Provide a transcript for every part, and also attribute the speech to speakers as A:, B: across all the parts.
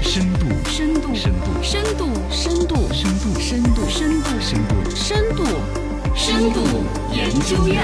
A: 深度，
B: 深度，
A: 深度，
B: 深度，深度，
A: 深度，
B: 深度，深度，
A: 深度，
B: 深度，深度研究院。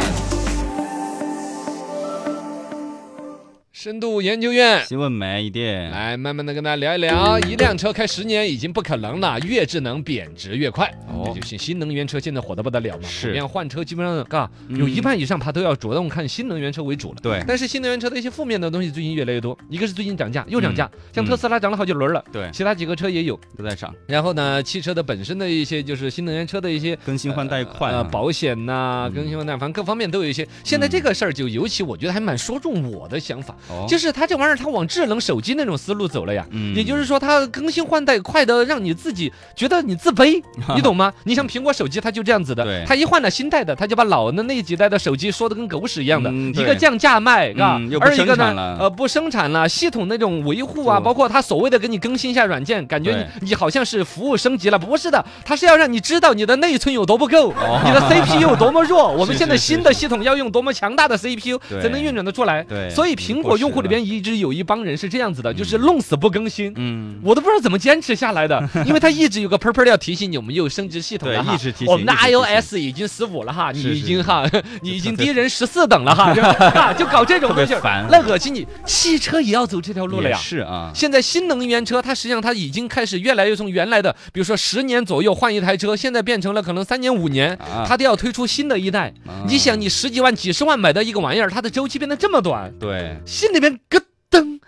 C: 深度研究院。
D: 新闻买一点，
C: 来，慢慢的跟大家聊一聊，
D: 嗯
C: 一辆车开十年已经不可能了，越智能贬值越快。
D: 哦
C: 哦，就是新能源车现在火得不得了嘛，
D: 是
C: 普遍换车基本上，嘎，
D: 嗯
C: 有一半以上它都要主动看新能源车为主了。
D: 对
C: 但是新能源车的一些负面的东西最近越来越多，一个是最近涨价又涨价，像
D: 嗯
C: 特斯拉涨了好几轮了，
D: 对
C: 其他几个车也有。
D: 都在上，
C: 然后呢，汽车的本身的一些就是新能源车的一些。
D: 更新换代快
C: 呃，
D: 啊，
C: 保险呐、
D: 嗯
C: 更新换代，反正各方面都有一些。现在这个事儿就尤其，我觉得还蛮说中我的想法，
D: 哦
C: 就是它这玩意儿，它往智能手机那种思路走了呀。
D: 嗯
C: 也就是说，它更新换代快的让你自己觉得你自 卑，你懂吗？你像苹果手机，它就这样子
D: 对
C: 的，它一换了新代的，它就把老的那几代的手机说的跟狗屎一样的，
D: 嗯
C: 一个
D: 对
C: 降价卖，啊
D: 嗯又，不
C: 而一
D: 生
C: 个
D: 产
C: 呢
D: 了，
C: 呃，不生产了，系统那种维护啊，
D: 对
C: 包括它所谓的给你更新一下软件，感觉你你好像是服务升级了，不是的，它是要让你知道你的内存有多不够，你的 CPU 有多么 弱，我们
D: 哦是
C: 现在
D: 是
C: 新的系统要用多么强大的 CPU
D: 对
C: 才能运转得出来。
D: 对
C: 所以苹果用户里边
D: 过
C: 一直有一帮人是这样子的，就是弄死不更新。
D: 嗯，
C: 我都不知道怎么坚持下来的，因为它一直有个 purple 要提醒你，我们又升级系统了
D: 对
C: 哈
D: 一直提醒
C: 我们的
D: 一直提醒
C: iOS 已经十五了哈，你
D: 是
C: 已
D: 是
C: 经
D: 是
C: 哈，你已经低人十四等了哈，就哈就搞这种
D: 特别
C: 东西，
D: 烦
C: 那恶心你。汽车也要走这条路了
D: 也
C: 呀。
D: 是啊，
C: 现在新能源车，它实际上它已经开始越来越从原来的，比如说十年左右换一台车，现在变成了可能三年五年，
D: 啊
C: 它都要推出新的一代。
D: 啊
C: 你想，你十几万、几十万买的一个玩意儿，它的周期变得这么短，
D: 对，
C: 心里面咯噔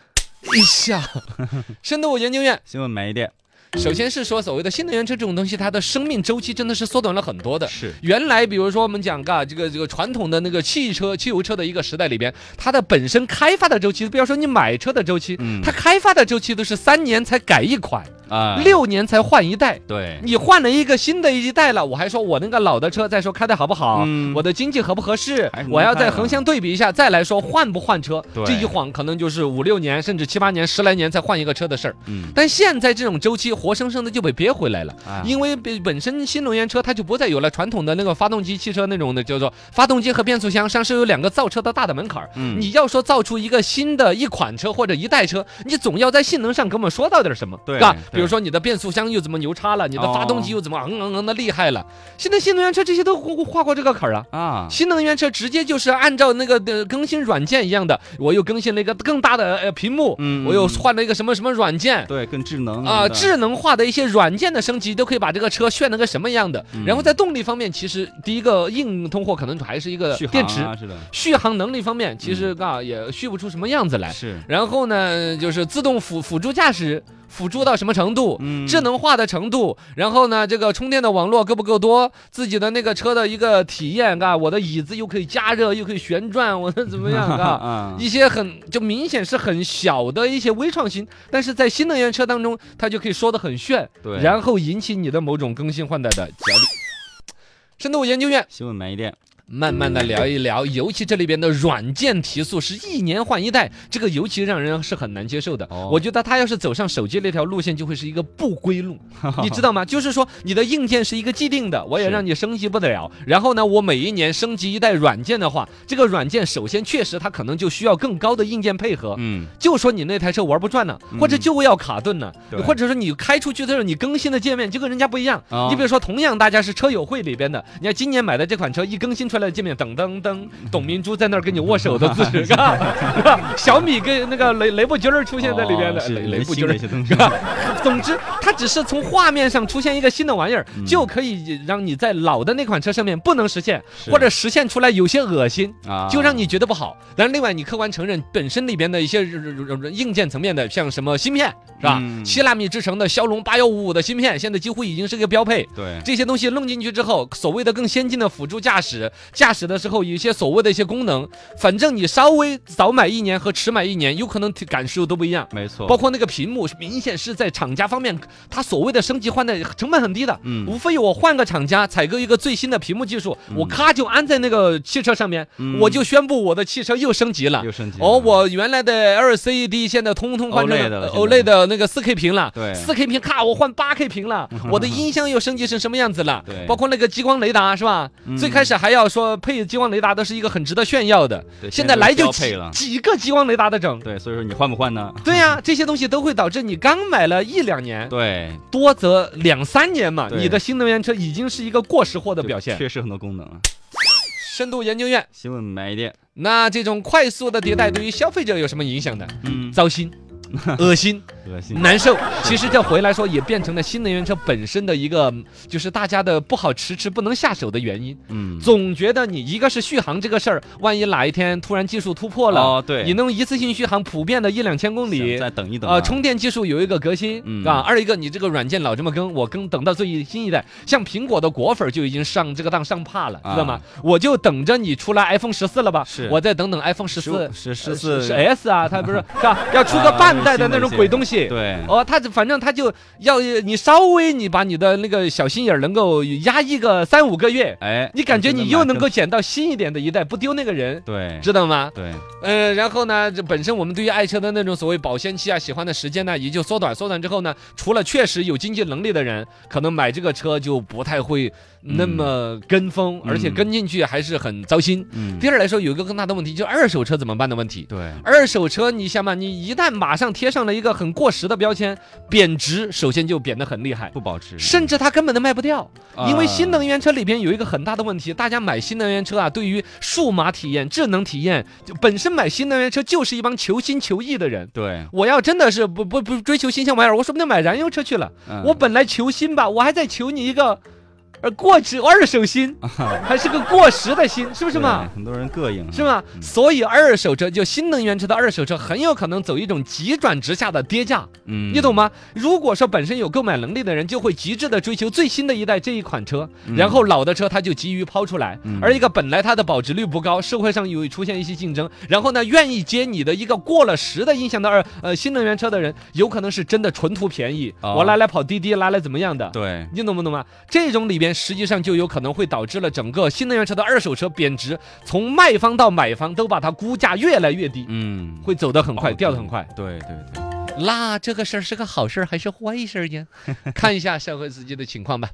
C: 一下。 深度研究院
D: 新闻买一点
C: 首先是说，所谓的新能源车这种东西，它的生命周期真的是缩短了很多的。
D: 是
C: 原来，比如说我们讲噶，这个这个传统的那个汽车、汽油车的一个时代里边，它的本身开发的周期，不要说你买车的周期，
D: 嗯
C: 它开发的周期都是三年才改一款，
D: 啊，
C: 六年才换一代。
D: 对，
C: 你换了一个新的一代了，我还说我那个老的车，再说开的好不好，
D: 嗯
C: 啊我的经济合不合适
D: 还是，
C: 我要再
D: 能看啊
C: 横向对比一下，再来说换不换车。
D: 对
C: 这一晃可能就是五六年，甚至七八年、十来年才换一个车的事儿。
D: 嗯，
C: 但现在这种周期，活生生的就被憋回来了。
D: 啊
C: 因为本本身新能源车它就不再有了传统的那个发动机汽车那种的，叫做发动机和变速箱上是有两个造车的大的门槛儿。
D: 嗯
C: 你要说造出一个新的一款车或者一代车，你总要在性能上给我们说到点什么，
D: 对
C: 是吧？
D: 对
C: 比如说你的变速箱又怎么牛叉了，你的
D: 哦
C: 发动机又怎么昂昂昂的厉害了。现在新能源车这些都跨跨过这个坎儿啊。
D: 啊，
C: 新能源车直接就是按照那个的更新软件一样的，我又更新了一个更大的呃屏幕，
D: 嗯
C: 我又
D: 嗯
C: 换了一个什么什么软件，
D: 对，更智能
C: 啊，
D: 的
C: 智能化的一些软件的升级，都可以把这个车炫得个什么样的。
D: 嗯
C: 然后在动力方面，其实第一个硬通货可能还是一个
D: 续航
C: 电池
D: 啊，是的，
C: 续航能力方面，其
D: 嗯
C: 实啊也续不出什么样子来。
D: 是，
C: 然后呢，就是自动辅辅助驾驶，辅助到什么程度？
D: 嗯
C: 智能化的程度，然后呢，这个充电的网络够不够多？自己的那个车的一个体验，啊，我的椅子又可以加热，又可以旋转，我的怎么样啊？
D: 啊，
C: 一些很就明显是很小的一些微创新，但是在新能源车当中，它就可以说得很炫，
D: 对
C: 然后引起你的某种更新换代的焦虑。深度研究院
D: 新闻买一点，
C: 慢慢的聊一聊，尤其这里边的软件提速是一年换一代，这个尤其让人是很难接受的。
D: 哦
C: 我觉得它要是走上手机那条路线，就会是一个不归 路，你知道吗？就是说你的硬件是一个既定的，我也
D: 是
C: 让你升级不得了。然后呢，我每一年升级一代软件的话，这个软件首先确实它可能就需要更高的硬件配合。
D: 嗯，
C: 就说你那台车玩不转呢，或者就要卡顿呢，
D: 对
C: 或者说你开出去的时候你更新的界面就跟人家不一样。
D: 哦
C: 你比如说，同样大家是车友会里边的，你看今年买的这款车一更新出来的界面，噔噔
D: 嗯
C: 噔，董明珠在那儿跟你握手的姿 势，是吧？小米跟那个雷雷布军儿出现在里边
D: 哦
C: 的，
D: 是
C: 雷雷
D: 雷
C: 布
D: 布
C: 军
D: 军的
C: 儿
D: 一。些东西，
C: 总之，它只是从画面上出现一个新的玩意儿，
D: 嗯
C: 就可以让你在老的那款车上面不能实现，
D: 是
C: 或者实现出来有些恶心。
D: 啊，
C: 就让你觉得不好。但是另外，你客观承认本身里边的一些呃硬件层面的，像什么芯片是吧？
D: 嗯
C: 七纳米制成的骁龙八幺五五的芯片，现在几乎已经是个标配。
D: 对，
C: 这些东西弄进去之后，所谓的更先进的辅助驾驶，驾驶的时候有一些所谓的一些功能，反正你稍微早买一年和迟买一年，有可能体感受都不一样。
D: 没错，
C: 包括那个屏幕，明显是在厂家方面，它所谓的升级换代成本很低的，
D: 嗯
C: 无非我换个厂家采购一个最新的屏幕技术，我咔就安在那个汽车上面，
D: 嗯
C: 我就宣布我的汽车又升级了
D: 又。升级
C: 哦，
D: 了
C: 我原来的 LCD 现在通通换成
D: OLED 了现在
C: OLED 的那个 4K 屏了，
D: 对嗯
C: 4K 屏咔我换 8K 屏了，我的音箱又升级成什么样子了
D: 对，
C: 包括那个激光雷达是吧？
D: 嗯
C: 最开始还要说配激光雷达的是一个很值得炫耀的。
D: 对
C: 现在来
D: 都
C: 就
D: 标配
C: 几
D: 了，
C: 几个激光雷达的整。
D: 对，所以说你换不换呢？
C: 对呀、这些东西都会导致你刚买了一两年，
D: 对，
C: 多则两三年嘛，
D: 对
C: 你的新能源车已经是一个过时货的
D: 就
C: 表现。
D: 缺失很多功能啊。
C: 深度研究院，
D: 新闻买一点，
C: 那这种快速的迭代对于消费者有什么影响呢？
D: 嗯，
C: 糟 心。恶心、
D: 恶心，
C: 难受，其实这回来说也变成了新能源车本身的一个，就是大家的不好迟迟不能下手的原因。
D: 嗯，
C: 总觉得你一个是续航这个事儿，万一哪一天突然技术突破了，
D: 哦，对，
C: 你弄一次性续航普遍的一两千公里
D: 想，再等一等啊
C: 呃，充电技术有一个革新，
D: 嗯
C: 啊，二一个你这个软件老这么更，我更等到最新一代，像苹果的果粉就已经上这个当上怕了，
D: 啊
C: 知道吗？我就等着你出来 iPhone 十四了吧，
D: 是
C: 我再等等 iPhone 十四、
D: 十十四
C: 是 S 啊，它不 是是吧？要出个
D: 啊
C: 半代的
D: 新
C: 那
D: 的
C: 种
D: 一些
C: 鬼东西，
D: 对，
C: 哦，他就反正他就要你稍微你把你的那个小心眼儿能够压抑个三五个月，
D: 哎，
C: 你感觉
D: 真的
C: 你又
D: 蛮
C: 能
D: 真
C: 够捡到新一点的一代，不丢那个人，
D: 对
C: 知道吗？
D: 对
C: 呃，然后呢，这本身我们对于爱车的那种所谓保鲜期啊、喜欢的时间呢，也就缩短。缩短之后呢，除了确实有经济能力的人，可能买这个车就不太会那么跟风，而且
D: 嗯
C: 跟进去还是很糟心。
D: 嗯
C: 第二来说，有一个更大的问题，就是二手车怎么办的问题。
D: 对
C: 二手车，你想嘛，你一旦马上贴上了一个很过时的标签，贬值，首先就贬得很厉害，
D: 不保值，
C: 甚至它根本都卖不掉。因为新
D: 嗯啊
C: 能源车里边有一个很大的问题，大家买新能源车啊，对于数码体验、智能体验，就本身买新能源车就是一帮求新求异的人。
D: 对，
C: 我要真的是不不不追求新鲜玩意儿，我说不定买燃油车去了。
D: 嗯
C: 我本来求新吧，我还在求你一个，呃，过时二手新，还是个过时的新，是不是嘛
D: 对？很多人膈应啊，
C: 是吗？
D: 嗯
C: 所以二手车就新能源车的二手车很有可能走一种急转直下的跌价，
D: 嗯，
C: 你懂吗？如果说本身有购买能力的人，就会极致的追求最新的一代这一款车，
D: 嗯？
C: 然后老的车它就急于抛出来，
D: 嗯
C: 而一个本来它的保值率不高，社会上有出现一些竞争，然后呢，愿意接你的一个过了时的印象的二呃新能源车的人，有可能是真的纯图便宜，
D: 哦
C: 我拿来跑滴滴，拿来怎么样的？
D: 对，
C: 你懂不懂啊？这种里边实际上就有可能会导致了整个新能源车的二手车贬值，从卖方到买方都把它估价越来越低，
D: 嗯，
C: 会走得很快，
D: 保值
C: 掉得很快。
D: 对对 对，
C: 那这个事儿是个好事儿还是坏事儿呢？看一下社会司机的情况吧。